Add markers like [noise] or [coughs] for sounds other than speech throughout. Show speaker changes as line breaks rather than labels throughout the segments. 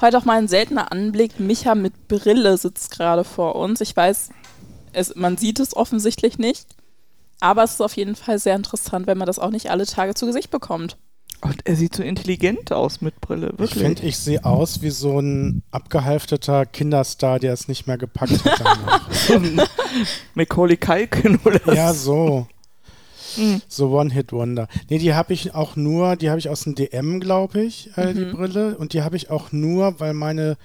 Heute auch mal ein seltener Anblick. Micha mit Brille sitzt gerade vor uns. Ich weiß, es, man sieht es offensichtlich nicht. Aber es ist auf jeden Fall sehr interessant, wenn man das auch nicht alle Tage zu Gesicht bekommt.
Und er sieht so intelligent aus mit Brille, wirklich.
Ich finde, ich sehe aus wie so ein abgehalfteter Kinderstar, der es nicht mehr gepackt hat. danach.
So ein [laughs] Macaulay Kalkin oder
ja, so.
Mhm.
So One-Hit-Wonder. Nee, die habe ich auch nur, die habe ich aus dem DM, glaube ich, äh, die Brille. Und die habe ich auch nur, weil meine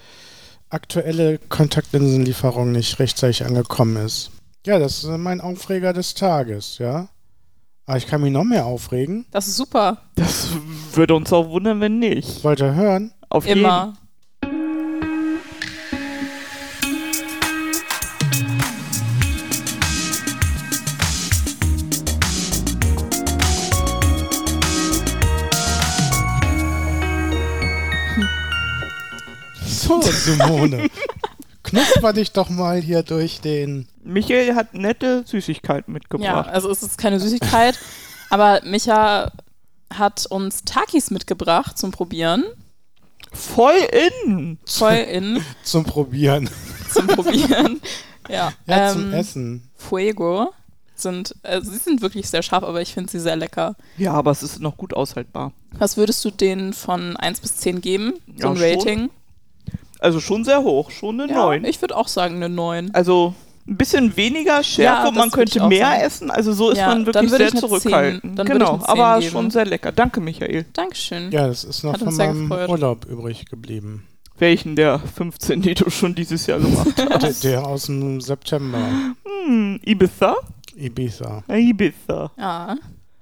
aktuelle Kontaktlinsenlieferung nicht rechtzeitig angekommen ist. Ja, das ist äh, mein Aufreger des Tages, ja. Aber ich kann mich noch mehr aufregen.
Das ist super.
Das würde uns auch wundern, wenn nicht.
Wollt ihr hören?
Auf jeden.
Immer.
So, [laughs] Simone. knupper dich doch mal hier durch den.
Michael hat nette Süßigkeiten
Ja,
mitgebracht.
also es ist keine Süßigkeit. [laughs] aber Micha hat uns Takis mitgebracht zum Probieren.
Voll in.
[laughs]
Voll in
Zum Probieren.
zum Probieren. Ja,
[laughs] Ja,
ähm,
zum Essen.
Fuego sind, äh, sie sind wirklich sehr scharf, aber ich finde sie sehr lecker.
Ja, aber es ist noch gut aushaltbar.
Was würdest du denen von 1 bis 10 geben? So
Ja,
ein
schon.
Rating?
Also schon sehr hoch, schon eine
Ja,
9.
ich würde auch sagen eine 9.
Also ein bisschen weniger Schärfe,
Ja, das
man
würd ich
könnte
auch
mehr
sagen.
essen, also so ist
Ja,
man
dann
wirklich
würde
sehr
ich eine 10.
zurückhaltend.
Dann würde ich
genau,
eine 10
aber
geben.
schon sehr lecker. Danke, Michael.
Dankeschön.
Ja, das ist noch
Hat
von
uns sehr
meinem
gefreut.
Urlaub übrig geblieben.
Welchen der 15, die du schon dieses Jahr
[laughs]
gemacht hast?
Der, der aus
[gasps]
dem September.
Hm, Ibiza?
Ibiza.
Ibiza.
Ja, Ah,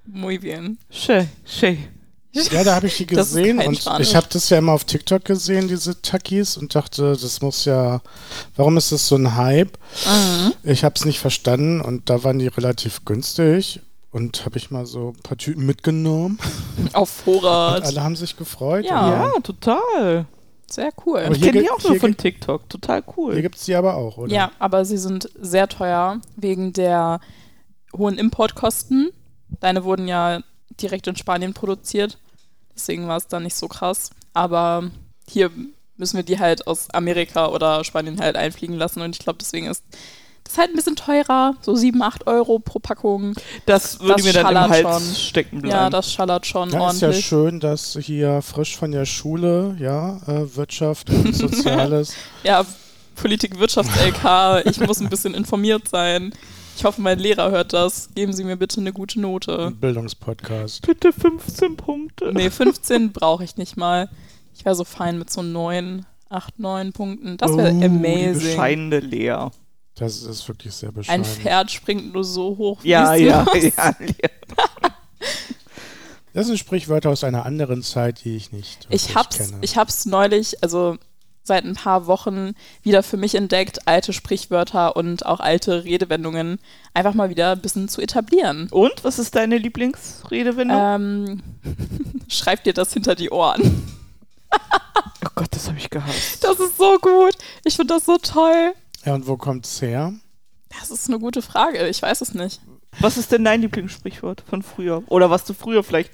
muy bien.
Schön, schön.
[laughs]
Ja, da habe ich die
Das ist
gesehen
kein
und
Spanisch.
ich habe das ja immer auf TikTok gesehen, diese Takis, und dachte, das muss ja, warum ist das so ein Hype?
Ah.
Ich habe es nicht verstanden und da waren die relativ günstig und habe ich mal so ein paar Tüten mitgenommen.
Auf
Und
Vorrat.
alle haben sich gefreut.
Ja.
Und-
Ja, Ah, total.
Sehr
Aber
cool.
Ich
Also hier
kenne die
ge-
auch nur
hier
von
ge-
TikTok. Total
Hier
cool.
gibt es die aber auch, oder?
Ja, aber sie sind sehr teuer wegen der hohen Importkosten. Deine wurden ja direkt in Spanien produziert. Deswegen war es da nicht so krass. Aber hier müssen wir die halt aus Amerika oder Spanien halt einfliegen lassen. Und ich glaube, deswegen ist das halt ein bisschen teurer. So 7, 8 Euro pro Packung.
Das würde
das
mir dann im
schallert
Hals
schon.
stecken bleiben.
Ja, das schallert schon
Ja, ist ja
ordentlich.
schön, dass hier frisch von der Schule, ja, äh,
[laughs]
Wirtschaft und Soziales.
Ja, Politik,
[laughs]
Wirtschaft, LK. Ich muss ein bisschen informiert sein. Ich hoffe, mein Lehrer hört das. Geben Sie mir bitte eine gute Note.
Ein Bildungspodcast.
Bitte 15 Punkte.
Oh,
Nee, 15 brauche ich nicht mal. Ich wäre so fein mit so 9, 8, 9 Punkten. Das wäre
Oh, Die
amazing.
bescheidene Lea.
Das ist wirklich sehr
Ein
bescheiden.
Pferd springt nur so hoch. wie
Ja,
es [laughs]
[laughs] ja,
muss.
ja, Lea.
Das sind Sprichwörter aus einer anderen Zeit, die ich nicht
Ich
wirklich
hab's,
kenne.
ich hab's neulich, also seit ein paar Wochen wieder für mich entdeckt, alte Sprichwörter und auch alte Redewendungen einfach mal wieder ein bisschen zu etablieren.
Und, was ist deine Lieblingsredewendung?
Ähm, [laughs] schreib dir das hinter die Ohren.
oh Gott, das habe ich gehasst.
Das ist so gut. Ich finde das so toll.
ja, und wo kommt's her?
Das ist eine gute Frage. Ich weiß es nicht.
Was ist denn dein Lieblingssprichwort von früher? Oder was du früher vielleicht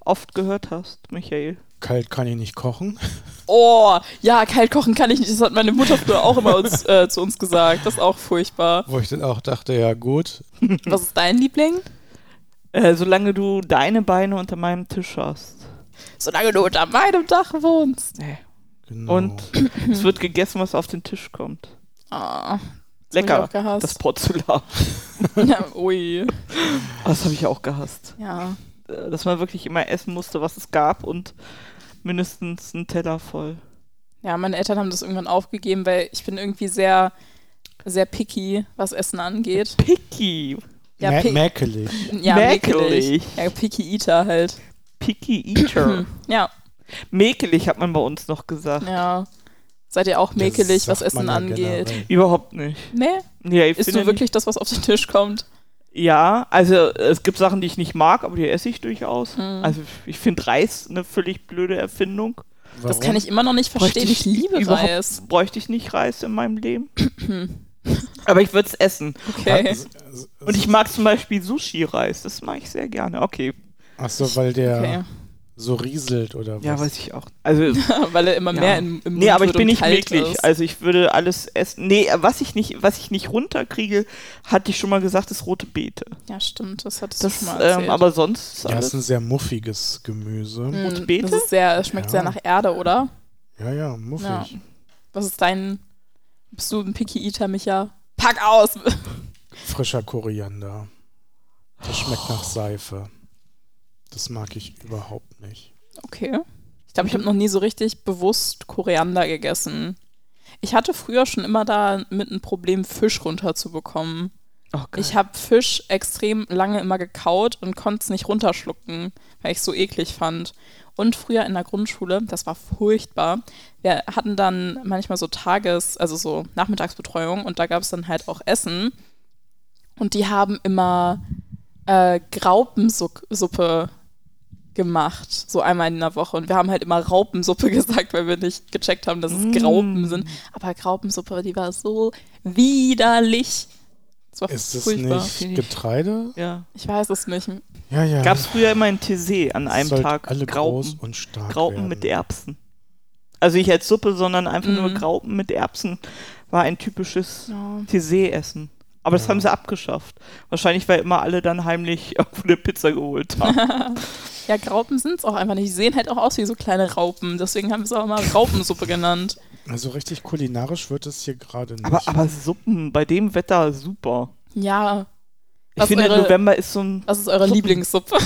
oft gehört hast, Michael?
Kalt kann ich nicht kochen. [laughs]
Oh, ja, kalt kochen kann ich nicht. Das hat meine Mutter früher auch immer uns, äh, zu uns gesagt. Das ist auch furchtbar.
Wo ich dann auch dachte, ja gut.
Was ist dein Liebling?
Äh, solange du deine Beine unter meinem Tisch hast.
Solange du unter meinem Dach wohnst.
Nee.
Genau.
Und es wird gegessen, was auf den Tisch kommt.
Ah, das hab
Lecker.
Ich auch gehasst.
Das Porzellan.
ja, ui.
[laughs] Das habe ich auch gehasst.
Ja.
Äh, Dass man wirklich immer essen musste, was es gab und mindestens einen Teller voll.
ja, meine Eltern haben das irgendwann aufgegeben, weil ich bin irgendwie sehr, sehr picky, was Essen angeht.
Picky.
Ja,
Mä
pi-
mäkelig.
Ja,
Mäkelig.
mäkelig. Ja, picky eater halt. Hm.
Picky Eater.
Ja,
Mäkelig hat man bei uns noch gesagt.
ja. Seid ihr auch mäkelig,
Das
was
sagt
Essen
man ja
angeht?
generell.
Überhaupt nicht.
Nee,
Nee, ich
isst
finde
du wirklich das, was auf den Tisch kommt?
Ja, also es gibt Sachen, die ich nicht mag, aber die esse ich durchaus.
Mhm.
Also ich finde Reis eine völlig blöde Erfindung.
Das
Warum?
kann ich immer noch nicht verstehen. Ich liebe
überhaupt-
Reis.
Bräuchte ich nicht Reis in
[clears throat]
meinem Leben. aber ich würde es essen.
Okay. [laughs]
Und ich mag zum Beispiel Sushi-Reis. Das mag ich sehr gerne. Okay.
Ach so, weil der
okay.
so rieselt oder was.
Ja, weiß ich auch.
[laughs]
Also,
Weil er immer
Ja.
mehr im, im
nee,
Mund
aber ich
wird
bin
und
nicht
kalt
wirklich.
Ist.
Also ich würde alles essen. Nee, was ich nicht, was ich nicht runterkriege, hatte ich schon mal gesagt, ist rote Beete.
ja, stimmt, das hattest du
Das,
schon mal erzählt.
ähm, aber sonst ist
ja,
alles.
ist ein sehr muffiges Gemüse.
Mhm,
rote Beete?
Das ist sehr, es schmeckt
Ja.
sehr nach Erde, oder?
Ja, ja, muffig.
Ja. Was ist dein. Bist du ein Picky Eater, Micha? Pack aus! [laughs]
Frischer Koriander. Das schmeckt nach Seife. Das mag ich überhaupt nicht.
Okay. Ich glaube, ich habe noch nie so richtig bewusst Koriander gegessen. Ich hatte früher schon immer da mit ein Problem, Fisch runterzubekommen.
oh, geil.
Ich habe Fisch extrem lange immer gekaut und konnte es nicht runterschlucken, weil ich es so eklig fand. Und früher in der Grundschule, das war furchtbar. Wir hatten dann manchmal so Tages-, also so Nachmittagsbetreuung und da gab es dann halt auch Essen. Und die haben immer äh, Graupensuppe gemacht, so einmal in der Woche. Und wir haben halt immer Raupensuppe [laughs] gesagt, weil wir nicht gecheckt haben, dass es Graupen sind. Aber Graupensuppe, die war so widerlich. Das war
Ist es
furchtbar.
nicht Getreide?
ja.
Ich weiß es nicht.
Ja, ja.
Gab es früher immer in Tessé an
Es
einem
sollte
Tag
alle groß
Graupen.
und stark
Graupen
werden.
mit Erbsen. Also nicht als Suppe, sondern einfach nur
Mhm.
Graupen mit Erbsen war ein typisches
Ja.
Tessé-Essen. Aber das
Ja.
haben sie abgeschafft. Wahrscheinlich, weil immer alle dann heimlich [laughs] irgendwo eine Pizza geholt haben.
Ja, Graupen sind es auch einfach nicht. Die sehen halt auch aus wie so kleine Raupen. Deswegen haben wir es auch immer Raupensuppe genannt.
Also richtig kulinarisch wird es hier gerade
[laughs]
nicht.
aber, aber Suppen bei dem Wetter super.
Ja.
Ich
Was
finde,
eure-
November ist so ein
Was ist eure
Suppen.
Lieblingssuppe?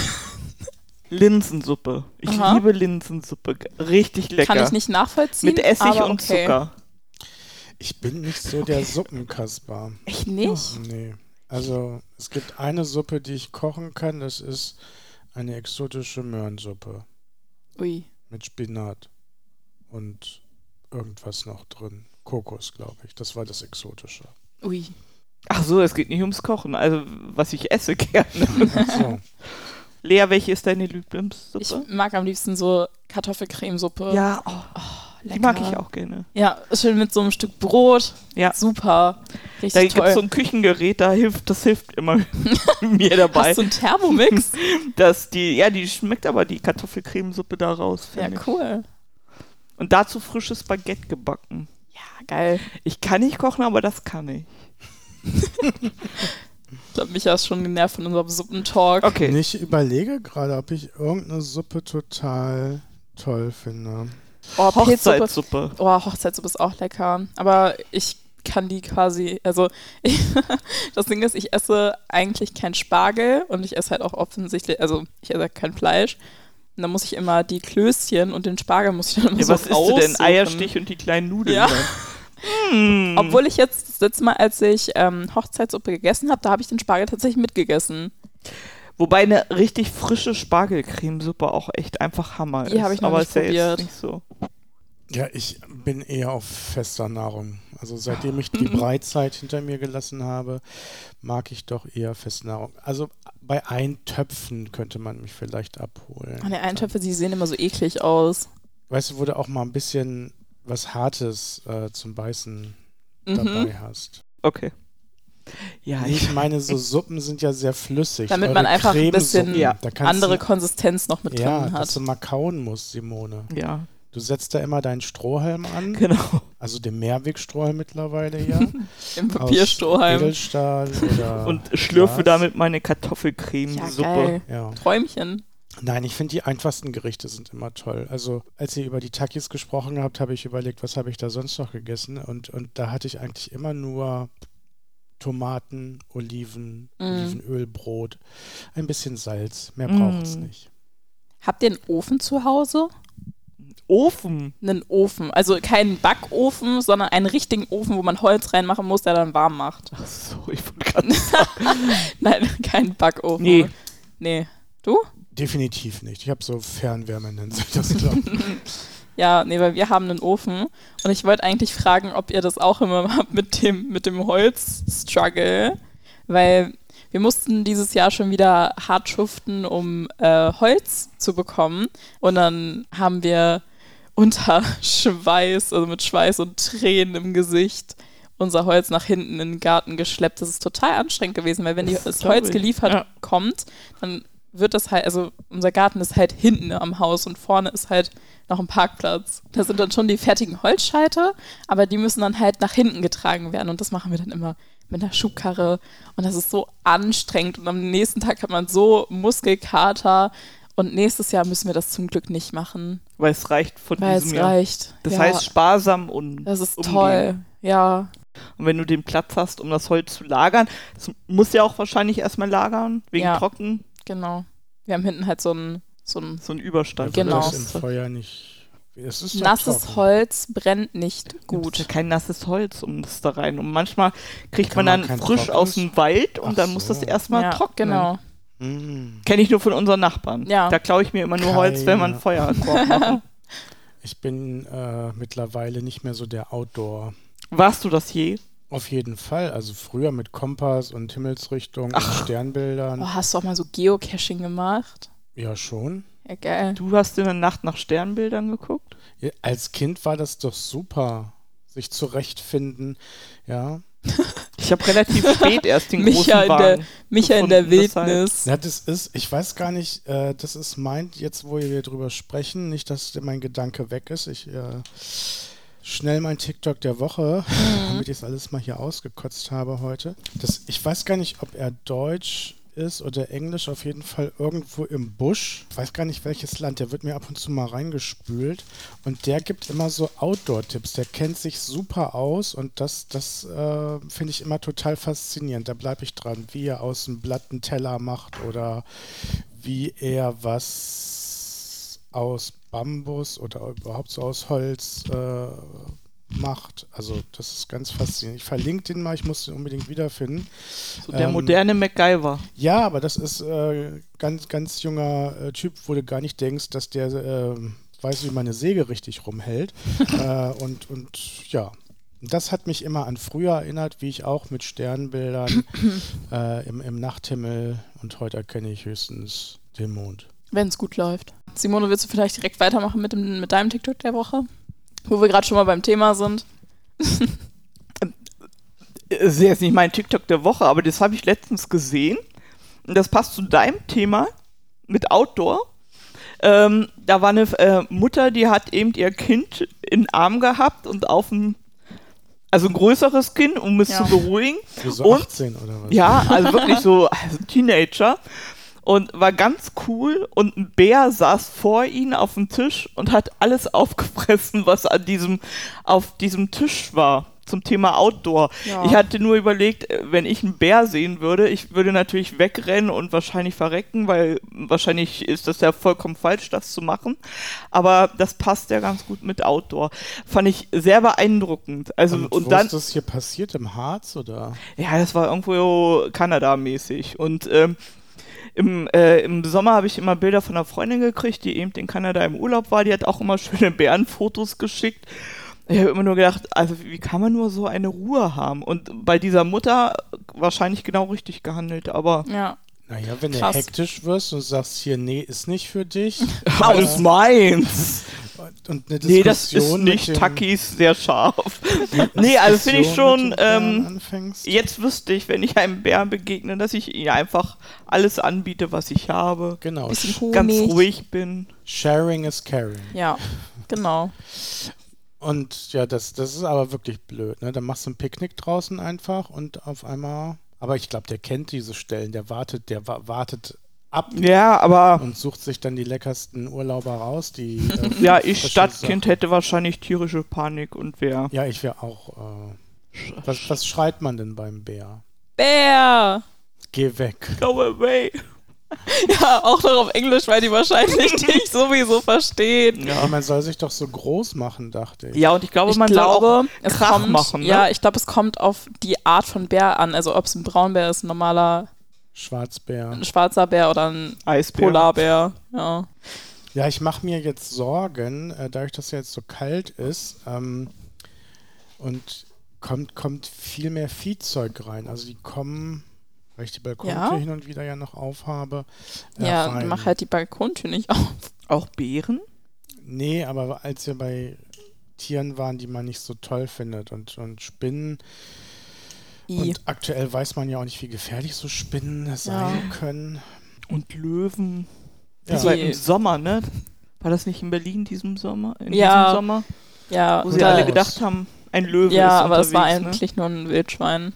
Linsensuppe. Ich
Aha.
liebe Linsensuppe. G- Richtig lecker.
Kann ich nicht nachvollziehen.
Mit Essig
aber
und
okay.
Zucker.
ich bin nicht so der Suppenkasper.
Echt nicht?
Nee. Also es gibt eine Suppe, die ich kochen kann. Das ist eine exotische Möhrensuppe
Ui.
mit Spinat und irgendwas noch drin. Kokos, glaube ich. Das war das Exotische.
Ui.
Ach so, es geht nicht ums Kochen. Also, was ich esse [laughs] gerne.
Ach [laughs] so.
Lea, welche ist deine Lieblingssuppe?
Ich äh, mag am liebsten so Kartoffelcremesuppe.
ja, oh,
lecker.
die mag ich auch gerne.
Ja, schön mit so einem Stück Brot.
Ja.
Super.
Da
Richtig
gibt es so
toll.
ein Küchengerät, da hilft, das hilft
[laughs]
immer [laughs] mir dabei.
Hast du einen
[laughs]
Thermomix?
Dass die, ja, die schmeckt aber die Kartoffelcremesuppe da raus,
ja,
finde ich.
cool.
Und dazu frisches Baguette gebacken.
Ja, geil.
Ich kann nicht kochen, aber das kann ich.
Ich glaube, Micha ist schon genervt von unserem Suppentalk.
Okay.
Und ich überlege gerade, ob ich irgendeine Suppe total toll finde.
Oh, Pilzsuppe
Hochzeitssuppe.
Oh, Hochzeitssuppe ist auch lecker. Aber ich kann die quasi, also [laughs] ich, das Ding ist, ich esse eigentlich kein Spargel und ich esse halt auch offensichtlich, also ich esse kein Fleisch. Und dann muss ich immer die Klößchen und den Spargel muss ich dann immer
Ja,
so
was isst du denn?
raussuchen.
Eierstich und die kleinen Nudeln. ne?
Ja.
Hm.
Obwohl ich jetzt das letzte Mal, als ich ähm, Hochzeitssuppe gegessen habe, da habe ich den Spargel tatsächlich mitgegessen.
Wobei eine richtig frische Spargelcremesuppe auch echt einfach Hammer
Die
ist.
habe ich noch
aber
nicht
ist ja
probiert.
jetzt nicht so.
Ja, ich bin eher auf fester Nahrung. Also seitdem ich die Breitzeit hinter mir gelassen habe, mag ich doch eher feste Nahrung. Also bei Eintöpfen könnte man mich vielleicht abholen.
Und die Eintöpfe, die sehen immer so eklig aus.
Weißt du, wo du auch mal ein bisschen was Hartes äh, zum Beißen
Mhm.
dabei hast.
Okay. Ja, ich, [laughs]
Ich meine, so Suppen sind ja sehr flüssig.
Damit man einfach ein bisschen
Cremesuppen,
Ja.
da kannst
Andere
du,
Konsistenz noch mit
Ja,
drin
dass
hat.
du mal kauen musst, Simone.
ja,
Du setzt da immer deinen Strohhalm an,
genau.
also den Mehrwegstrohhalm mittlerweile,
[laughs]
ja.
Im
aus
Papierstrohhalm.
Edelstahl
[laughs]
oder
Und schlürfe
Glas.
damit meine Kartoffelcremesuppe.
geil.
Ja.
Träumchen.
Nein, ich finde die einfachsten Gerichte sind immer toll. Also als ihr über die Takis gesprochen habt, habe ich überlegt, was habe ich da sonst noch gegessen? Und, und da hatte ich eigentlich immer nur Tomaten, Oliven,
Mm.
Olivenöl, Brot, ein bisschen Salz. Mehr
Mm.
braucht es nicht.
Habt ihr einen Ofen zu Hause?
Ofen.
Einen Ofen. Also keinen Backofen, sondern einen richtigen Ofen, wo man Holz reinmachen muss, der dann warm macht. [laughs]
Ach so, [laughs] ich wollte gerade
Nein, keinen Backofen.
Nee.
Nee.
Definitiv nicht. Ich habe so Fernwärme, nennen sich das, glaube
[laughs]
ich.
Ja, nee, weil wir haben einen Ofen. Und ich wollte eigentlich fragen, ob ihr das auch immer [laughs] habt mit dem, mit dem Holz-Struggle. Weil wir mussten dieses Jahr schon wieder hart schuften, um äh, Holz zu bekommen. Und dann haben wir unter Schweiß, also mit Schweiß und Tränen im Gesicht, unser Holz nach hinten in den Garten geschleppt. Das ist total anstrengend gewesen, weil wenn die,
Das
das
glaub
Holz
ich.
geliefert
Ja.
kommt, dann wird das halt, also unser Garten ist halt hinten am Haus und vorne ist halt noch ein Parkplatz. Da sind dann schon die fertigen Holzscheite, aber die müssen dann halt nach hinten getragen werden und das machen wir dann immer mit einer Schubkarre und das ist so anstrengend und am nächsten Tag hat man so Muskelkater und nächstes Jahr müssen wir das zum Glück nicht machen,
Weil es reicht von
weil
diesem
es
Jahr.
reicht.
Das
ja,
heißt sparsam und
das ist
umgehen.
toll. Ja,
Und wenn du den Platz hast, um das Holz zu lagern, das muss ja auch wahrscheinlich erstmal lagern, wegen
Ja.
Trocken,
genau. Wir haben hinten halt so ein, so ein
so ein Überstand.
Würde
Genau.
Also, Das im Feuer nicht. Es ist doch
nasses
trocken.
Holz brennt nicht
Gut. Ja
gut.
kein nasses Holz um das da rein. Und manchmal kriegt
Kann
man
man
dann
kein
frisch aus
trockenes?
dem Wald und
Ach
dann muss
so.
das erstmal
ja,
trocknen.
Genau.
Mm.
Kenne ich nur von unseren Nachbarn.
Ja.
Da klaue ich mir immer nur Holz, wenn man
Keine-
Feuer an
[laughs]
Bord macht.
Ich bin äh, mittlerweile nicht mehr so der Outdoor.
Warst du das je?
Auf jeden Fall. Also früher mit Kompass und Himmelsrichtung und Sternbildern.
Oh, hast du auch mal so Geocaching gemacht?
Ja, schon.
Ja, geil.
Du hast in der Nacht nach Sternbildern geguckt?
Ja, als Kind war das doch super. Sich zurechtfinden. Ja.
Ich habe relativ
[laughs]
spät erst den großen
Micha in der,
Wagen.
Micha in der
gefunden, halt deshalb.
Wildnis.
ja, das ist, ich weiß gar nicht, äh, das ist mein, jetzt wo wir drüber sprechen, nicht, dass mein Gedanke weg ist. Ich äh, schnell mein TikTok der Woche, [laughs] damit ich es alles mal hier ausgekotzt habe heute. Das, ich weiß gar nicht, ob er Deutsch ist oder Englisch, auf jeden Fall irgendwo im Busch. Ich weiß gar nicht, welches Land. Der wird mir ab und zu mal reingespült. Und der gibt immer so Outdoor-Tipps. Der kennt sich super aus und das, das äh, finde ich immer total faszinierend. Da bleibe ich dran, wie er aus dem Blatt einen Teller macht oder wie er was aus Bambus oder überhaupt so aus Holz äh, macht. Also das ist ganz faszinierend. Ich verlinke den mal, ich muss den unbedingt wiederfinden.
So der
Ähm,
moderne MacGyver.
Ja, aber das ist äh, ganz, ganz junger äh, Typ, wo du gar nicht denkst, dass der äh, weiß, wie man eine Säge richtig rumhält. äh, und, und ja, das hat mich immer an früher erinnert, wie ich auch mit Sternbildern äh, im, im Nachthimmel und heute erkenne ich höchstens den Mond.
Wenn es gut läuft. Simone, willst du vielleicht direkt weitermachen mit, dem, mit deinem TikTok der Woche? Wo wir gerade schon mal beim Thema sind.
Das ist jetzt nicht mein TikTok der Woche, aber das habe ich letztens gesehen. Und das passt zu deinem Thema mit Outdoor. Ähm, da war eine äh, Mutter, die hat eben ihr Kind in den Arm gehabt und auf ein, also ein größeres Kind, um es
Ja.
zu beruhigen.
Wie so
Und
18 oder was?
Ja, also wirklich so also Teenager. Und war ganz cool und ein Bär saß vor ihnen auf dem Tisch und hat alles [laughs] aufgefressen, was an diesem, auf diesem Tisch war zum Thema Outdoor.
Ja.
Ich hatte nur überlegt, äh, wenn ich einen Bär sehen würde, ich würde natürlich wegrennen und wahrscheinlich verrecken, weil wahrscheinlich ist das ja vollkommen falsch, das zu machen. Aber das passt ja ganz gut mit Outdoor. Fand ich sehr beeindruckend. Also,
Und,
und,
wo
dann,
ist das hier passiert? Im Harz oder?
ja, das war irgendwo Kanada-mäßig. Und ähm, im, äh, im Sommer habe ich immer Bilder von einer Freundin gekriegt, die eben in Kanada im Urlaub war. Die hat auch immer [laughs] schöne Bärenfotos geschickt. Ich habe immer nur gedacht, also wie kann man nur so eine Ruhe haben? Und bei dieser Mutter wahrscheinlich genau richtig gehandelt,
[laughs]
aber
Ja.
Naja, wenn
Krass.
du hektisch wirst und sagst hier, nee, ist nicht
[laughs]
für dich.
alles
[laughs]
meins.
Und, und eine Diskussion
Nee, das ist
mit
nicht
dem, [laughs]
Takis sehr scharf. nee, also finde ich
Diskussion
schon,
mit dem Bären
ähm,
anfängst.
jetzt wüsste ich, wenn ich einem Bären begegne, dass ich ihm einfach alles anbiete, was ich habe.
Genau.
Bisschen
Sh-
komisch.
ganz ruhig bin.
Sharing is caring.
Ja, genau.
Und ja, das, das ist aber wirklich blöd. Ne? Dann machst du ein Picknick draußen einfach und auf einmal. Aber ich glaube, der kennt diese Stellen. Der wartet, der wa wartet ab
Ja, aber
und sucht sich dann die leckersten Urlauber raus. Die,
[laughs]
äh,
ja, ich
frischen
Stadtkind
Sachen.
hätte wahrscheinlich tierische Panik und wäre.
Ja, ich wäre auch. Äh, was, was schreit man denn beim Bär?
Bär!
Geh weg.
Go away.
Ja, auch noch auf Englisch, weil die [laughs] wahrscheinlich dich sowieso verstehen.
Aber
Ja.
man soll sich doch so groß machen, dachte ich.
ja, und ich glaube,
ich
man soll auch
glaube, es
Krach
kommt,
machen, ne?
ja, ich glaube, es kommt auf die Art von Bär an. Also ob es ein Braunbär ist, ein normaler,
Schwarzbär.
ein schwarzer Bär oder ein
Eisbär.
Polarbär. Ja.
Ja, ich mache mir jetzt Sorgen, äh, dadurch, dass es jetzt so kalt ist ähm, und kommt, kommt viel mehr Viehzeug rein. Also die kommen, weil ich die Balkontür
Ja.
hin und wieder ja noch aufhabe. äh,
Ja,
rein.
mach halt die Balkontür nicht auf.
Auch Bären?
Nee, aber als wir bei Tieren waren, die man nicht so toll findet und, und Spinnen.
I.
Und aktuell weiß man ja auch nicht, wie gefährlich so Spinnen
Ja.
sein können.
Und Löwen. Das
Ja.
war im Sommer, ne? War das nicht in Berlin diesem Sommer? In
Ja.
diesem Sommer?
Ja,
Wo sie
da-
alle gedacht haben, ein Löwe
ja
ist
aber es war
unterwegs,
eigentlich nur ein Wildschwein.
Ne?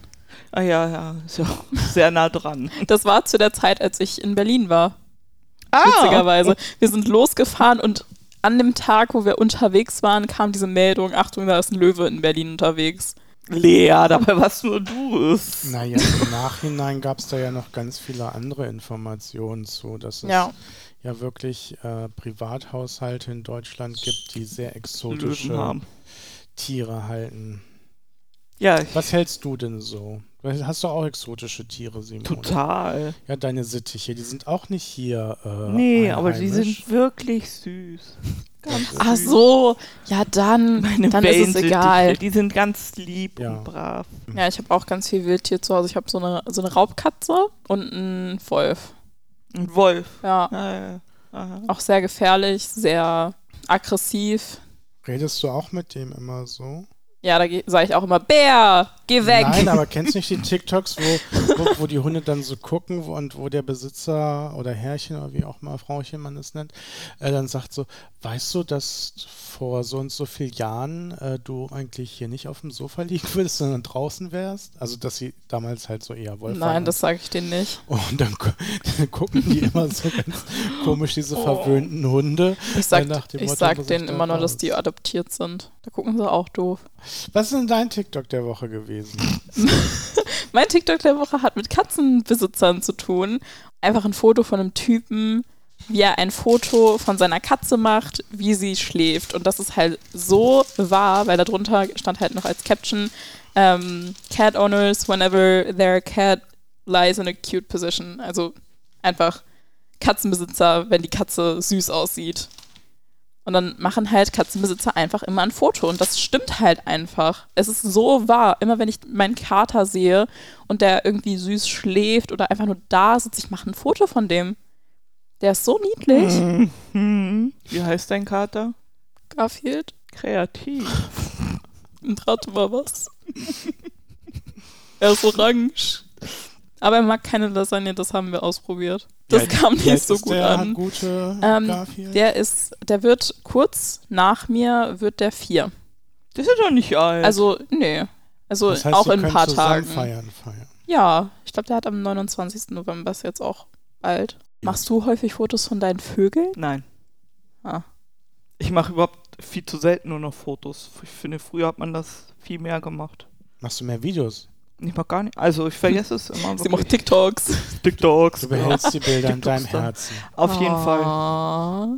Ah ja, ja, ist ja [laughs] auch sehr nah dran.
Das war zu der Zeit, als ich in Berlin war,
Ah,
witzigerweise. Wir sind losgefahren und an dem Tag, wo wir unterwegs waren, kam diese Meldung, Achtung, da ist ein Löwe in Berlin unterwegs.
Lea, dabei warst nur du es.
Naja, im Nachhinein gab es da ja noch ganz viele andere Informationen zu, dass es ja,
Ja.
wirklich äh, Privathaushalte in Deutschland gibt, die sehr
Löwen
exotische
haben.
Tiere halten.
Ja, ich,
Was hältst du denn so? Du Hast du auch exotische Tiere, Simon?
total.
Ja, deine Sittiche, die sind auch nicht hier. Äh,
nee, aber die
einheimisch.
sind wirklich süß. Ganz
Ach so, ja dann,
Meine
dann ist es
Wellensittiche, [laughs]
egal.
Die sind ganz lieb
Ja.
und brav.
Ja, ich habe auch ganz viel Wildtier zu Hause. Ich habe so eine, so eine Raubkatze und einen Wolf.
Ein Wolf.
Ja,
Ja, ja. Aha.
auch sehr gefährlich, sehr aggressiv.
Redest du auch mit dem immer so?
Ja, da sage ich auch immer, Bär, geh weg. [laughs]
Nein, aber kennst du nicht die TikToks, wo, wo, wo die Hunde dann so gucken wo, und wo der Besitzer oder Herrchen oder wie auch mal Frauchen man es nennt, äh, dann sagt so, weißt du, dass vor so und so vielen Jahren äh, du eigentlich hier nicht auf dem Sofa liegen würdest, sondern draußen wärst? Also, dass sie damals halt so eher Wolf
Nein,
waren.
das sage ich denen nicht.
Und dann, gu- dann gucken die immer so ganz komisch, diese
Oh.
verwöhnten Hunde.
Ich sag,
Äh, nach dem
ich
Motto
sag
muss ich
denen
da
immer nur, dass die
raus.
adoptiert sind. Da gucken sie auch doof.
Was ist denn dein TikTok der Woche gewesen?
Mein TikTok der Woche hat mit Katzenbesitzern zu tun. Einfach ein Foto von einem Typen, wie er ein Foto von seiner Katze macht, wie sie schläft. Und das ist halt so wahr, weil darunter stand halt noch als Caption: ähm, Cat owners whenever their cat lies in a cute position. Also einfach Katzenbesitzer, wenn die Katze süß aussieht. Und dann machen halt Katzenbesitzer einfach immer ein Foto. Und das stimmt halt einfach. Es ist so wahr. Immer wenn ich meinen Kater sehe und der irgendwie süß schläft oder einfach nur da sitzt, ich mache ein Foto von dem. Der ist so niedlich.
Mhm.
Hm. Wie heißt dein Kater?
Garfield,
Kreativ.
rate mal was. er ist orange. Aber er mag keine Lasagne, das haben wir ausprobiert. Das
Wie alt-
kam
wie
[laughs]
alt
nicht so
ist
gut
der
an.
Gute
Ähm,
Garfield?
Der ist, der wird kurz nach mir, wird der vier.
Das ist doch nicht alt.
Also, nee. Also
Äh, Das heißt,
auch
ihr
in ein
könnt
paar
zusammen
Tagen.
Feiern, feiern.
Ja, ich glaube, der hat am 29. November ist jetzt auch bald. Machst du häufig Fotos von deinen Vögeln?
Nein.
Ah.
Ich mache überhaupt viel zu selten nur noch Fotos. Ich finde, früher hat man das viel mehr gemacht.
Machst du mehr Videos?
Ich mach gar nicht. Also ich vergesse es
[laughs]
immer.
Sie macht
wirklich.
TikToks.
TikToks.
[laughs] Du behältst die Bilder in
TikToks
deinem
dann.
Herzen.
Auf jeden
Ah.
Fall.
Fall.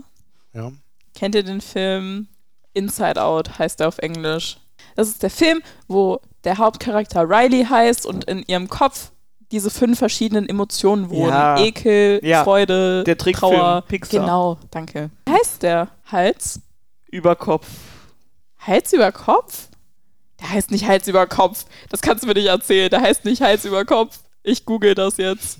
Ja.
Ah. Kennt ihr den Film Inside Out, heißt er auf Englisch? Das ist der Film, wo der Hauptcharakter Riley heißt und in ihrem Kopf diese fünf verschiedenen Emotionen wohnen.
Ja.
Ekel,
Ja.
Freude,
Der Trickfilm,
Trauer.
Pixar.
Genau, danke. Wie Heißt der Hals?
Überkopf.
Hals über Kopf? Der heißt nicht Hals über Kopf. Das kannst du mir nicht erzählen. Der heißt nicht Hals über Kopf. Ich google das jetzt.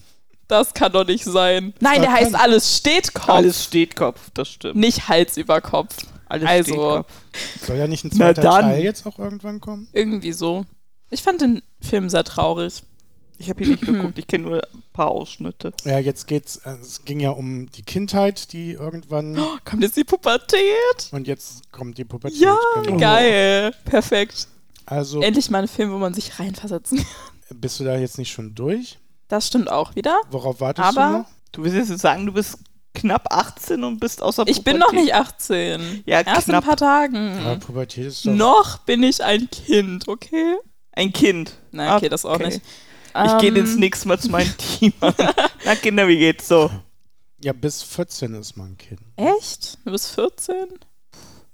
Das kann doch nicht sein. Nein, der
Ja,
heißt
kann.
alles steht Kopf,
Alles steht Kopf, das stimmt.
nicht Hals über Kopf.
Alles
also-
steht Kopf.
Soll ja nicht ein
Na
zweiter
dann.
Teil jetzt auch irgendwann kommen?
Irgendwie so. Ich fand den Film sehr traurig.
Ich habe hier
[clears throat]
nicht geguckt, ich kenne nur ein paar Ausschnitte.
Ja, jetzt geht's. äh, Es ging ja um die Kindheit,
[gasps]
die irgendwann.
Oh, kommt jetzt die Pubertät?
Und jetzt kommt die Pubertät.
Ja,
Oh.
genau.
geil. Perfekt.
Also
Endlich mal ein Film, wo man sich reinversetzen kann.
bist du da jetzt nicht schon durch?
Das stimmt auch wieder.
Worauf wartest du
Aber-
noch?
Du willst jetzt sagen, du bist knapp 18 und bist außer
Ich bin noch
Pubertät.
nicht 18.
Ja,
Erst in ein
knapp.
paar Tagen.
Aber Pubertät ist doch.
Mhm. Noch bin ich ein Kind, okay?
Ein Kind.
Nein,
Ah,
okay, das auch nicht.
Ich gehe
Ähm,
jetzt nächstes Mal zu
[laughs]
meinem Team. [laughs] Na Kinder, wie geht's so?
Ja, bis 14 ist man ein Kind.
Echt? Du bist 14?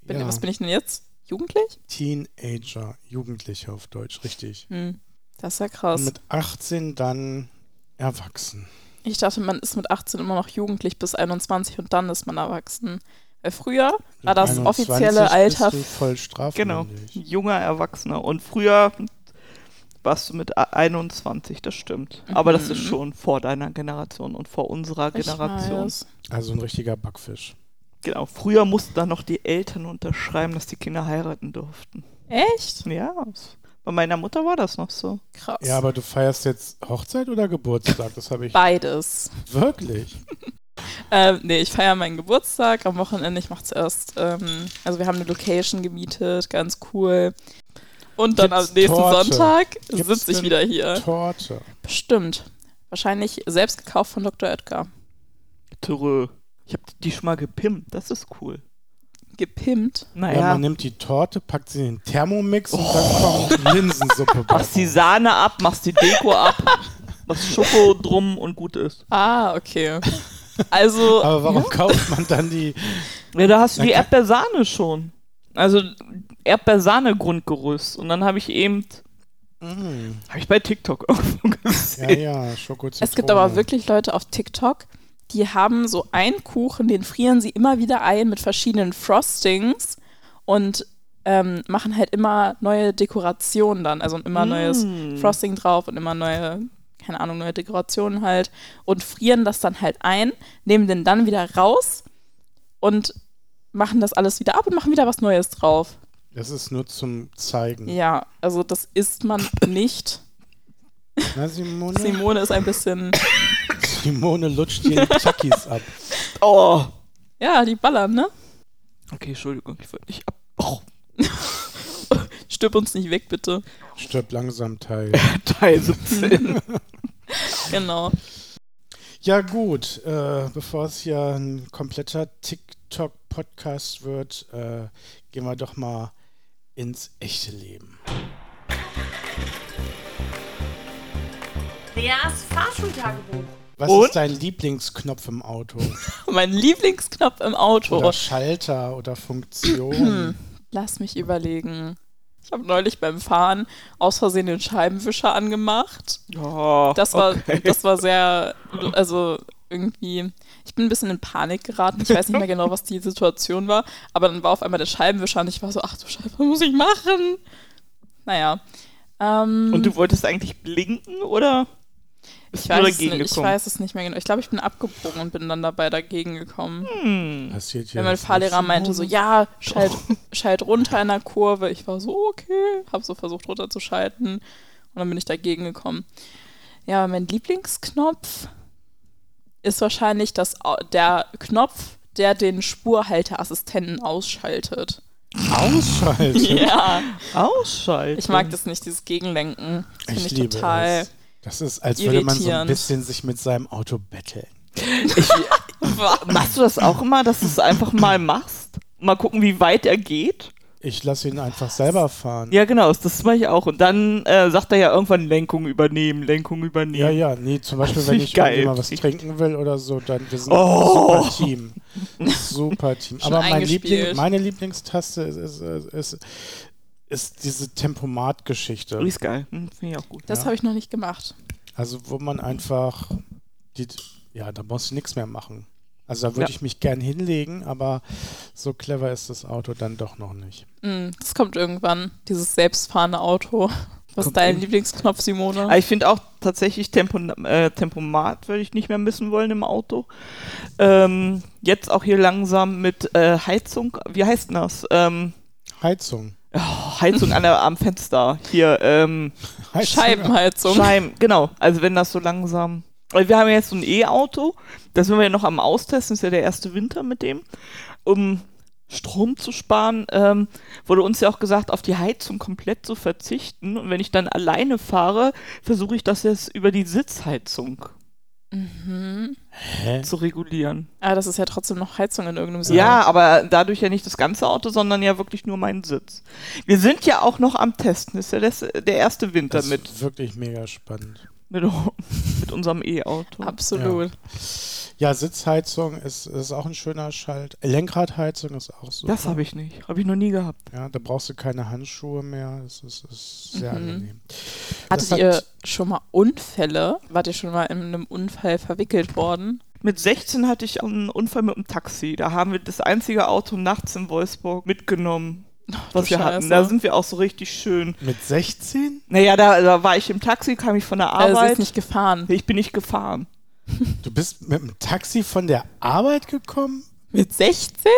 Bin,
ja.
Was bin ich denn jetzt? Jugendlich?
Teenager, Jugendliche auf Deutsch, richtig.
Hm. Das ist ja
Und
krass.
mit 18 dann erwachsen.
Ich dachte, man ist mit 18 immer noch jugendlich bis 21 und dann ist man erwachsen. Weil früher war das
21
offizielle Alter.
Bist du voll
Genau,
strafmündig.
ein junger Erwachsener. Und früher warst du mit a- 21, das stimmt. Aber das ist
Mhm.
schon vor deiner Generation und vor unserer
Ich
Generation.
weiß.
Also ein richtiger Backfisch.
Genau, früher mussten dann noch die Eltern unterschreiben, dass die Kinder heiraten durften.
Echt?
Ja, es Bei meiner Mutter war das noch so.
Krass.
Ja, aber du feierst jetzt Hochzeit oder Geburtstag? Das habe ich
Beides.
wirklich.
Ähm, nee, ich feiere meinen Geburtstag am Wochenende. Ich mache zuerst, ähm, also wir haben eine Location gemietet, ganz cool. Und dann
Gibt's
am nächsten
Torte?
Sonntag
Gibt's
sitze ich
denn
wieder hier.
Torte.
Bestimmt. Wahrscheinlich selbst gekauft von Dr. Oetker.
Törö. Ich habe die schon mal gepimpt. Das ist cool.
Gepimpt.
Ja,
Naja.
man nimmt die Torte, packt sie in den Thermomix und
Oh.
dann
[laughs]
kommt Linsensuppe. bei.
machst die Sahne ab, machst die Deko
[laughs]
ab, machst Schoko drum und gut ist.
Ah, okay. Also,
Aber warum kauft man dann die?
Ja, da hast du die
Okay.
Erdbeersahne schon. Also Erdbeersahne-Grundgerüst. Und dann habe ich eben,
Mm,
habe ich bei TikTok [laughs] irgendwo gesehen.
[laughs]
ja, ja, Schokozitrone.
es gibt aber wirklich Leute auf TikTok, die haben so einen Kuchen, den frieren sie immer wieder ein mit verschiedenen Frostings und ähm, machen halt immer neue Dekorationen dann. Also immer neues
Mm.
Frosting drauf und immer neue, keine Ahnung, neue Dekorationen halt. Und frieren das dann halt ein, nehmen den dann wieder raus und machen das alles wieder ab und machen wieder was Neues drauf.
Das ist nur zum Zeigen.
Hm.
Ja, also das isst
[coughs]
man nicht.
Na, Simone?
Simone ist ein bisschen,
Simone lutscht die Chuckies ab.
Oh.
ja, die ballern, ne?
Okay, Entschuldigung, ich wollte nicht ab. Oh,
Stirb uns nicht weg, bitte.
Stirb langsam teil.
Teil 17.
Genau.
Ja, gut. Äh, bevor es hier ein kompletter TikTok-Podcast wird, äh, gehen wir doch mal ins echte Leben.
Leas Fahrschultagebuch.
Was
Und?
ist dein Lieblingsknopf im Auto?
[laughs] Mein Lieblingsknopf im Auto.
Oder Schalter oder Funktion?
Lass mich überlegen. Ich habe neulich beim Fahren aus Versehen den Scheibenwischer angemacht.
[laughs] Ja,
Das war,
okay.
das war sehr, also irgendwie, ich bin ein bisschen in Panik geraten. Ich weiß nicht mehr genau, was die Situation war, aber dann war auf einmal der Scheibenwischer und ich war so, ach du Scheiße, was muss ich machen? Naja. Ähm,
Und du wolltest eigentlich blinken, oder? Bist
ich
du
weiß, es
dagegen
nicht, ich
gekommen?
weiß es nicht mehr genau. Ich glaube, ich bin abgebogen und bin dann dabei dagegen gekommen.
Passiert hier
Hm. Wenn mein
Hm. das
Fahrlehrer
nicht?
meinte so, ja, schalt,
[laughs]
schalt runter in der Kurve. Ich war so, okay. Hab so versucht runterzuschalten. Und dann bin ich dagegen gekommen. Ja, mein Lieblingsknopf ist wahrscheinlich das, Au- der Knopf, der den Spurhalteassistenten ausschaltet. [laughs]
Ausschalten.
Ja,
Ausschalten.
ich mag das nicht, dieses Gegenlenken. Das
Ich
finde ich
liebe
total
es. Das ist, als würde man so ein
irritierend.
bisschen sich mit seinem Auto betteln.
Machst du das auch immer, dass du es einfach mal machst? Mal gucken, wie weit er geht?
Ich lasse ihn einfach selber fahren.
Ja, genau, das mache ich auch. Und dann äh, sagt er ja irgendwann Lenkung übernehmen, Lenkung übernehmen.
Ja, ja, nee, zum
[laughs]
Beispiel,
Das
wenn
find
ich
ich geil.
irgendwie mal was
Find ich-
trinken will oder so, dann wir sind
Oh.
ein super Team. Super Team.
Schon
Aber mein
eingespielt.
Liebling, meine Lieblingstaste ist, ist, ist, ist, ist diese Tempomat-Geschichte.
Ist geil. Hm, Finde ich auch gut.
Das
Ja.
habe ich noch nicht gemacht.
Also, wo man einfach, die, ja, da brauchst du nichts mehr machen. Also, da würde
Ja.
ich mich gern hinlegen, aber so clever ist das Auto dann doch noch nicht.
Mm, Das kommt irgendwann, dieses selbstfahrende Auto. Was ist
Kommt
dein
in-
Lieblingsknopf, Simone?
Aber ich finde auch tatsächlich Tempo, äh, Tempomat würde ich nicht mehr missen wollen im Auto. Ähm, jetzt auch hier langsam mit äh, Heizung, wie heißt denn das? Ähm,
Heizung.
oh, Heizung an der, am Fenster. Hier, ähm,
Heizung.
Scheibenheizung.
Scheiben, genau. Also wenn das so langsam. Weil wir haben ja jetzt so ein E-Auto, das sind wir ja noch am Austesten, ist ja der erste Winter mit dem. Um Strom zu sparen, ähm, wurde uns ja auch gesagt, auf die Heizung komplett zu verzichten. Und wenn ich dann alleine fahre, versuche ich das jetzt über die Sitzheizung
Mhm.
Hä?
zu regulieren.
Ah, das ist ja trotzdem noch Heizung in irgendeinem Sinne.
Ja, aber dadurch ja nicht das ganze Auto, sondern ja wirklich nur meinen Sitz. Wir sind ja auch noch am Testen, ist ja das, der erste Winter
Das
mit,
ist wirklich mega spannend.
mit, [laughs] mit unserem E-Auto.
Absolut.
Ja, Sitzheizung ist, ist auch ein schöner Schalt. Lenkradheizung ist auch so.
Das habe ich nicht. Habe ich noch nie gehabt.
Ja, da brauchst du keine Handschuhe mehr. Das ist, ist sehr
Mhm.
angenehm.
Hattet
Das hat-
ihr schon mal Unfälle? Wart ihr schon mal in einem Unfall verwickelt worden?
Mit 16 hatte ich einen Unfall mit dem Taxi. Da haben wir das einzige Auto nachts in Wolfsburg mitgenommen, was wir hatten. Da sind wir auch so richtig schön.
Mit 16?
Naja, da, da war ich im Taxi, kam ich von der
also sie
Arbeit.
ist nicht gefahren.
ich bin nicht gefahren.
Du bist mit dem Taxi von der Arbeit gekommen?
Mit 16?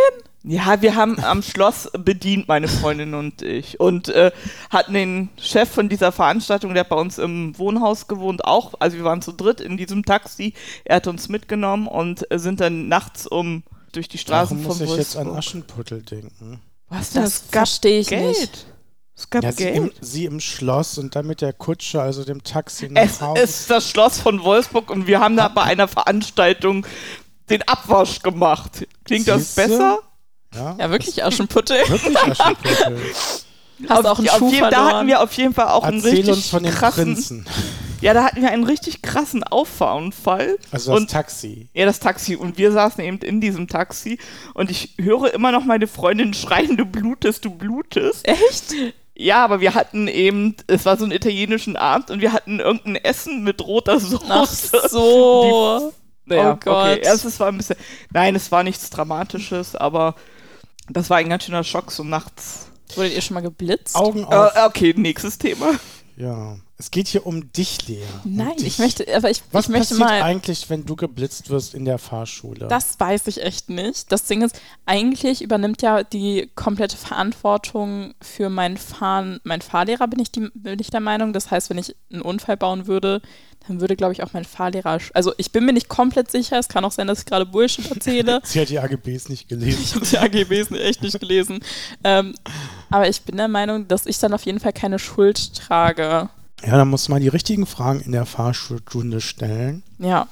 Ja, wir haben am Schloss bedient, meine Freundin und ich. Und äh, hatten den Chef von dieser Veranstaltung, der hat bei uns im Wohnhaus gewohnt, auch. Also wir waren zu dritt in diesem Taxi. Er hat uns mitgenommen und äh, sind dann nachts um durch die Straßen
Warum
von
muss ich jetzt an
Wolfsburg.
Aschenputtel denken?
Was
Das verstehe ich nicht.
Es gab
Ja, sie, im,
Geld.
sie im Schloss und dann mit der Kutsche, also dem Taxi nach
Es
Hause.
ist das Schloss von Wolfsburg und wir haben da bei einer Veranstaltung den Abwasch gemacht. Klingt das
Siehste?
besser?
ja?
Ja, wirklich
[laughs]
Aschenputtel.
[laughs]
Wirklich Aschenputtel.
Hast auch einen
auf
Schuh
jeden, da hatten
verloren.
wir auf jeden Fall auch einen
Erzähl
richtig
uns von dem
krassen
Prinzen.
Ja, da hatten wir einen richtig krassen Auffahrunfall.
Also das
und
Taxi.
ja, das Taxi. Und wir saßen eben in diesem Taxi und ich höre immer noch meine Freundin schreien, du blutest, du blutest.
Echt?
Ja, aber wir hatten eben, es war so ein italienischen Abend und wir hatten irgendein Essen mit roter Soße.
Ach so.
Ja,
oh Gott.
Okay. Erst, es war ein bisschen. Nein, es war nichts Dramatisches, aber das war ein ganz schöner Schock, so nachts.
Wurdet ihr schon mal geblitzt?
Augen auf.
Äh, okay, nächstes Thema.
Ja. Es geht hier um dich, Lea. Um
Nein,
dich.
ich möchte, aber ich,
Was
ich möchte
passiert
mal.
eigentlich, wenn du geblitzt wirst in der Fahrschule?
Das weiß ich echt nicht. Das Ding ist, eigentlich übernimmt ja die komplette Verantwortung für mein Fahren, mein Fahrlehrer, bin ich, die, bin ich der Meinung. Das heißt, wenn ich einen Unfall bauen würde, dann würde, glaube ich, auch mein Fahrlehrer. sch- Also, ich bin mir nicht komplett sicher. Es kann auch sein, dass ich gerade Bullshit erzähle.
[laughs] Sie hat die AGBs nicht gelesen.
Ich habe die AGBs nicht- echt nicht gelesen. Ähm, aber ich bin der Meinung, dass ich dann auf jeden Fall keine Schuld trage.
Ja, dann muss man die richtigen Fragen in der Fahrschulstunde stellen.
Ja,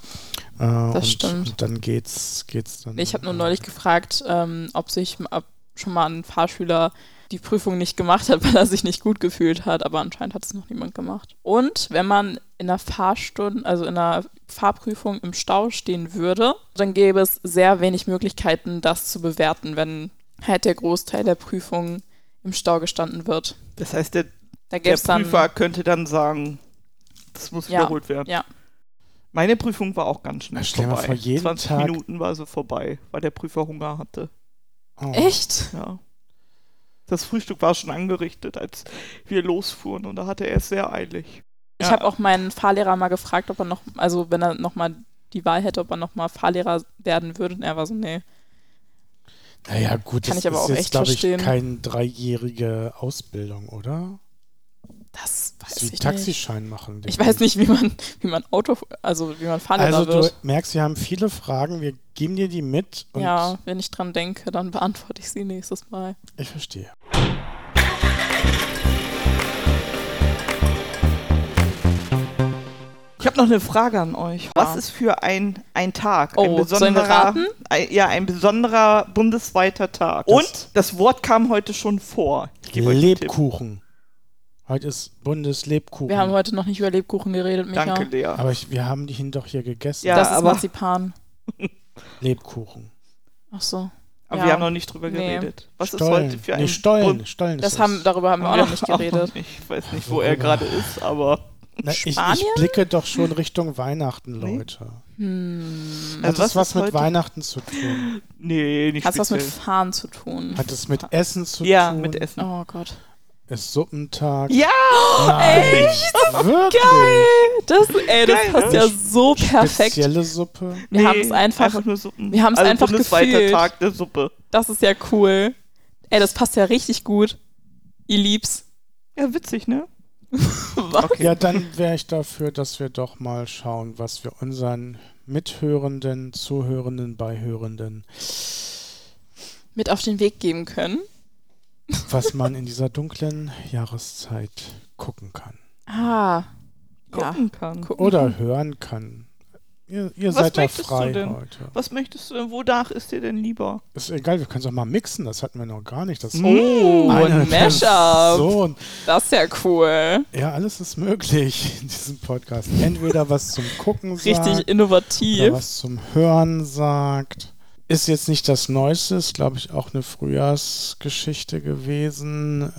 Äh,
Das
und,
stimmt.
Und dann geht's, geht's dann.
ich habe nur neulich gefragt, ähm, ob sich m- ab- schon mal ein Fahrschüler die Prüfung nicht gemacht hat, [laughs] weil er sich nicht gut gefühlt hat, aber anscheinend hat es noch niemand gemacht. Und wenn man in einer Fahrstunde, also in einer Fahrprüfung im Stau stehen würde, dann gäbe es sehr wenig Möglichkeiten, das zu bewerten, wenn halt der Großteil der Prüfung im Stau gestanden wird.
Das heißt, der,
Da
der
gäbe es dann
Prüfer könnte dann sagen, das muss
Ja,
wiederholt werden.
ja.
Meine Prüfung war auch ganz schnell
Stell dir mal
vorbei.
vor, jeden
20
Tag-
Minuten war sie vorbei, weil der Prüfer Hunger hatte.
Oh.
Echt?
Ja. Das Frühstück war schon angerichtet, als wir losfuhren und da hatte er es sehr eilig.
Ich
Ja.
habe auch meinen Fahrlehrer mal gefragt, ob er noch, also wenn er noch mal die Wahl hätte, ob er noch mal Fahrlehrer werden würde. Und er war so, nee.
Naja, gut,
Kann
das
ich aber
ist
auch
jetzt,
echt
glaube ich,
verstehen.
keine dreijährige Ausbildung, oder?
Das weiß
Das ist wie
ich nicht.
Taxischein machen.
Ich weiß nicht, wie man, wie man Auto, also wie man Fahrlehrer
Also du
wird.
merkst, wir haben viele Fragen, wir geben dir die mit und
Ja, wenn ich dran denke, dann beantworte ich sie nächstes Mal.
ich verstehe.
Ich habe noch eine Frage an euch. Was ist für ein, ein Tag? ein
Oh, sollen wir raten?
Ein, ja, ein besonderer bundesweiter Tag. Und das Wort kam heute schon vor. Ich geb euch einen Tipp.
Lebkuchen. Heute ist Bundeslebkuchen.
Wir haben heute noch nicht über Lebkuchen geredet, Micha.
Danke, Lea.
aber ich, wir haben ihn doch hier gegessen.
Ja.
das ist
aber-
Marzipan.
Lebkuchen.
Ach so.
Aber
Ja.
wir haben noch nicht drüber
Nee.
geredet. Was
Stollen.
ist heute für ein
nee, Stollen.
Bund-
Stollen ist
Das haben, darüber haben wir auch
Ja,
noch
[laughs]
nicht geredet.
Ich weiß nicht, wo er gerade ist, aber.
Na, ich, ich
Spanien?
blicke doch schon Richtung Weihnachten, Leute.
Hm.
Hat
Also
das was
ist
mit
heute?
Weihnachten zu tun?
Nee, nicht
Hat was mit
speziell.
Fahren zu tun?
Hat es mit Essen zu
Ja,
tun?
mit Essen.
Oh Gott.
Ist Suppentag?
Ja!
Nein, Wirklich?
Das, ey, das
Geil,
passt
ne?
ja so perfekt.
Spezielle Suppe?
Wir haben es einfach-
nur Suppen.
wir haben's einfach
bundesweiter
gefühlt.
Tag der Suppe.
Das ist ja cool. Ey, das passt ja richtig gut. Ihr Liebs.
Ja, witzig, ne?
Okay.
Ja, dann wäre ich dafür, dass wir doch mal schauen, was wir unseren Mithörenden, Zuhörenden, Beihörenden,
Mit auf den Weg geben können.
was man in dieser dunklen Jahreszeit gucken kann
Ah. Ja.
Gucken kann.
oder hören kann. Ihr, ihr
Was
seid da
möchtest du
frei
denn?
heute.
Was möchtest du denn? Wonach ist dir denn lieber?
Ist egal, wir können es auch mal mixen, das hatten wir noch gar nicht. Das
Oh,
eine
ein Mashup.
Person.
Das ist ja cool.
Ja, alles ist möglich in diesem Podcast. Entweder was zum Gucken sagt,
Richtig
oder
innovativ.
was zum Hören sagt. Ist jetzt nicht das Neueste, ist glaube ich auch eine Frühjahrsgeschichte gewesen. Äh,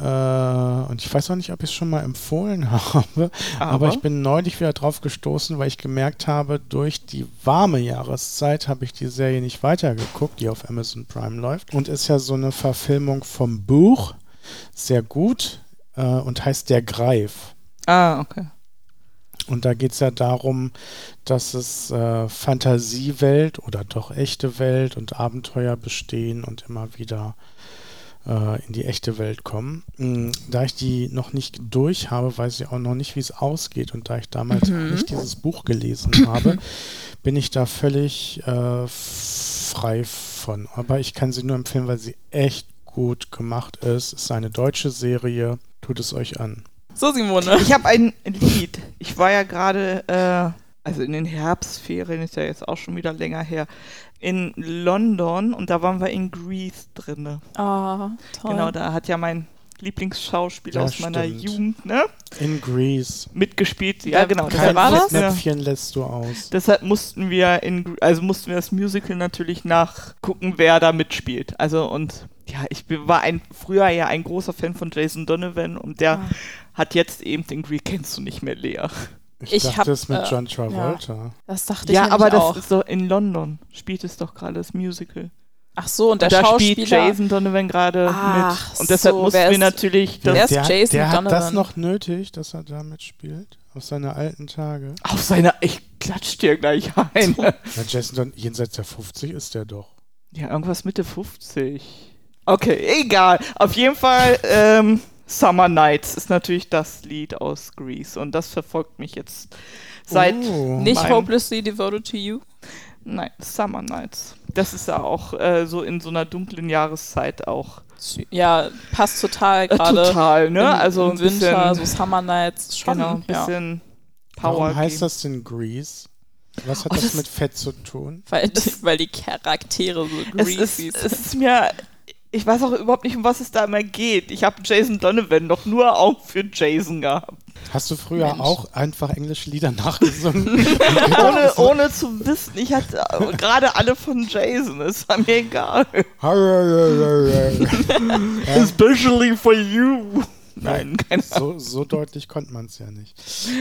und ich weiß auch nicht, ob ich es schon mal empfohlen [laughs] habe, aber,
Aber?
ich bin neulich wieder drauf gestoßen, weil ich gemerkt habe, durch die warme Jahreszeit habe ich die Serie nicht weitergeguckt, die auf Amazon Prime läuft. Und ist ja so eine Verfilmung vom Buch, sehr gut äh, und heißt Der Greif.
Ah, okay.
Und da geht es ja darum, dass es äh, Fantasiewelt oder doch echte Welt und Abenteuer bestehen und immer wieder äh, in die echte Welt kommen. Mm, Da ich die noch nicht durch habe, weiß ich auch noch nicht, wie es ausgeht. Und da ich damals auch nicht dieses Buch gelesen habe, bin ich da völlig äh, frei von. Aber ich kann sie nur empfehlen, weil sie echt gut gemacht ist. Ist eine deutsche Serie. Tut es euch an.
So, Simone.
Ich habe ein Lied. Ich war ja gerade, äh, also in den Herbstferien, ist ja jetzt auch schon wieder länger her, in London und da waren wir in Greece drinne.
Ah, toll.
Genau, da hat ja mein Lieblingsschauspieler
Ja,
aus meiner
stimmt.
Jugend ne, in
In Greece.
mitgespielt. Ja,
Wer-
genau.
wer
deshalb
war das?
mussten wir-
Knöpfchen lässt du aus.
Deshalb mussten wir in, Gr- also mussten wir das Musical natürlich nachgucken, wer da mitspielt. Also und ja, ich bin- war ein früher ja ein großer Fan von Jason Donovan und der hat jetzt eben den Greek kennst du nicht mehr leer.
Ich,
Ich
dachte
hab,
es mit
äh,
John Travolta.
Das dachte ich
Ja,
nämlich
aber das
auch.
ist doch in London spielt es doch gerade das Musical.
Ach so, und der
da
Schauspieler.
spielt Jason Donovan gerade
Ach
mit und deshalb
so, wer
mussten wir
ist-
natürlich das
wer ist
der
Jason
der hat das
Donovan.
noch nötig, dass er da mitspielt? Aus seine alten Tage?
auf seiner ich klatsch dir gleich ein.
Na, Jason Don, jenseits der 50 ist der doch.
Ja, irgendwas Mitte 50. Okay, egal. Auf jeden Fall, ähm, Summer Nights ist natürlich das Lied aus Grease und das verfolgt mich jetzt seit.
Oh.
nicht
mein-
hopelessly devoted to you.
Nein, Summer Nights. Das ist ja auch äh, so in so einer dunklen Jahreszeit auch.
Sü- Ja, passt total
Äh,
gerade.
total, ne?
Im,
also
im
ein bisschen,
Winter, so Summer Nights, schon.
genau, ein
ja.
bisschen Power.
Warum heißt
geben.
das denn Grease? Was hat
Oh,
das,
das-
mit Fett zu tun?
Weil, die- weil die Charaktere so
Es
greasy
ist,
sind.
es ist mir. Ich weiß auch überhaupt nicht, um was es da immer geht. Ich habe Jason Donovan noch nur Augen für Jason gehabt.
[laughs] Hast du früher
Mensch.
auch einfach englische
[laughs]
Lieder nachgesungen?
ohne, ohne zu wissen, ich hatte äh, gerade alle von Jason, ist war mir egal. Especially for you. Nein, keine Ahnung.
so, so deutlich konnte man es ja nicht.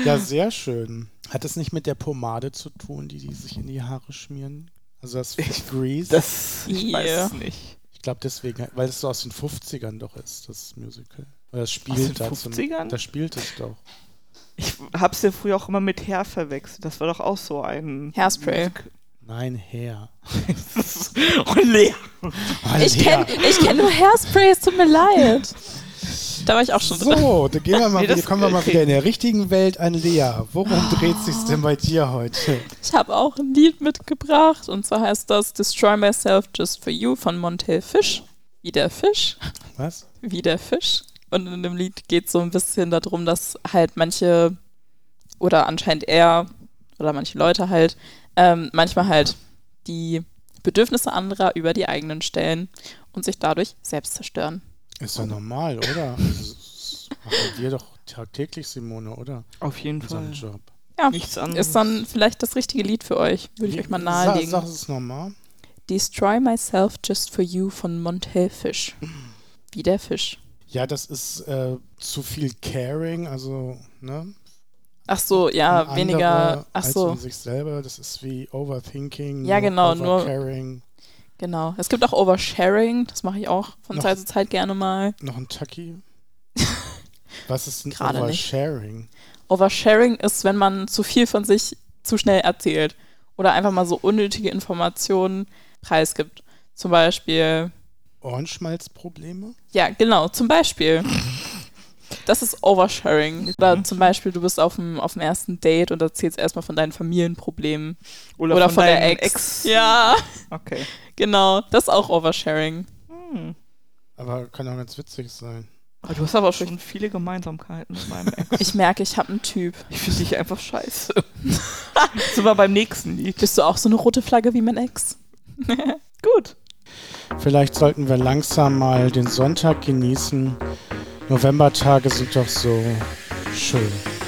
Ja, sehr schön. Hat es nicht mit der Pomade zu tun, die die sich in die Haare schmieren? Also das Grease?
Das, ich weiß
Yeah.
es nicht.
Ich glaube deswegen, weil es so aus den 50ern doch ist, das Musical. Oder das spielt
Aus den
da
50ern?
Zum, das spielt es doch.
Ich hab's ja früher auch immer mit Hair verwechselt. Das war doch auch so ein...
Hairspray.
Nein, Hair.
[laughs] oh, Lea.
Oh,
Ich
Hair.
kenne ich kenn nur Hairspray, es tut mir leid. Da war ich auch schon drin.
So, dann gehen
[laughs]
wir mal
Nee,
wieder,
das-
kommen wir mal
okay.
wieder in der richtigen Welt an Lea. Worum dreht sich's denn bei dir heute?
Ich habe auch ein Lied mitgebracht und zwar heißt das Destroy Myself Just for You von Montel Fish. Wie der Fisch.
Was?
wie der Fisch. Und in dem Lied geht es so ein bisschen darum, dass halt manche oder anscheinend er oder manche Leute halt ähm, manchmal halt die Bedürfnisse anderer über die eigenen stellen und sich dadurch selbst zerstören.
Ist doch normal, oder? Also, das machen wir doch tagtäglich, Simone, oder?
Auf jeden
Unseren
Fall.
Job.
Ja,
Nichts
Mhm.
anderes.
ist dann vielleicht das richtige Lied für euch, würde ich euch mal nahelegen.
Sag, sag es nochmal.
Destroy Myself Just for You von Montel Fish. Wie der Fisch.
Ja, das ist äh, zu viel Caring, also, ne?
Ach so,
an
ja,
andere
Ah, weniger. Ach
als
so,
um sich selber. Das ist wie Overthinking.
Ja, genau, nur-
Overcaring.
genau. Es gibt auch Oversharing, das mache ich auch von
Noch-
Zeit zu Zeit gerne mal.
Noch ein Tucky.
[laughs]
Was ist ein
Gerade nicht.
Oversharing?
Oversharing ist, wenn man zu viel von sich zu schnell erzählt oder einfach mal so unnötige Informationen preisgibt. Zum Beispiel,
Ohrenschmalzprobleme?
ja, genau, zum Beispiel. Das ist Oversharing. Oder zum Beispiel, du bist auf dem, auf dem ersten Date und erzählst erstmal von deinen Familienproblemen. Oder, von, der
deinem
Ex. Ja,
Okay.
genau. Das ist auch Oversharing.
Hm.
Aber kann auch ganz witzig sein.
Aber du hast aber schon viele Gemeinsamkeiten mit [laughs] meinem Ex.
Ich merke, ich habe einen Typ.
Ich finde dich einfach [laughs] scheiße. Sind wir beim nächsten Lied.
Bist du auch so eine rote Flagge wie mein Ex?
Gut.
Vielleicht sollten wir langsam mal den Sonntag genießen. Novembertage sind doch so schön.